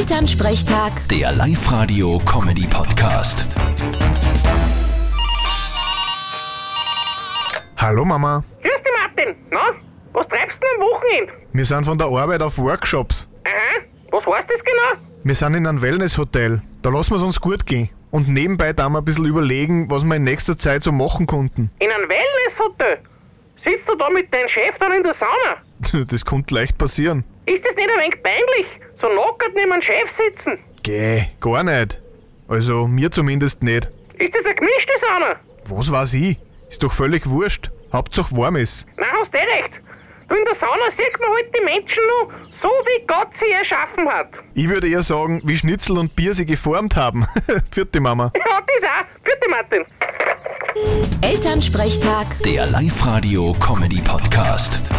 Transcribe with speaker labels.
Speaker 1: Elternsprechtag,
Speaker 2: Der Live-Radio-Comedy-Podcast.
Speaker 3: Hallo Mama,
Speaker 4: Grüß dich, Martin. Na, was treibst du denn am Wochenende?
Speaker 3: wir sind von der Arbeit auf Workshops.
Speaker 4: Aha, was heißt das genau?
Speaker 3: Wir sind in einem Wellnesshotel. Da lassen wir es uns gut gehen. Und nebenbei da mal ein bisschen überlegen, was wir in nächster Zeit so machen konnten.
Speaker 4: In einem Wellnesshotel? Sitzt du da mit deinem Chef dann in der Sauna?
Speaker 3: Das konnte leicht passieren.
Speaker 4: Ist das nicht ein wenig peinlich? So nackert neben einem Chef sitzen.
Speaker 3: Geh, gar nicht. Also mir zumindest nicht.
Speaker 4: Ist das eine gemischte Sauna?
Speaker 3: Was weiß ich? Ist doch völlig wurscht. Hauptsache warm ist.
Speaker 4: Nein, hast eh recht. Du, in der Sauna sieht man halt die Menschen nur, so wie Gott sie erschaffen hat.
Speaker 3: Ich würde eher sagen, wie Schnitzel und Bier sie geformt haben. Vierte Mama.
Speaker 4: Ja, das auch. Bitte, Martin.
Speaker 1: Elternsprechtag.
Speaker 2: Der Live-Radio-Comedy-Podcast.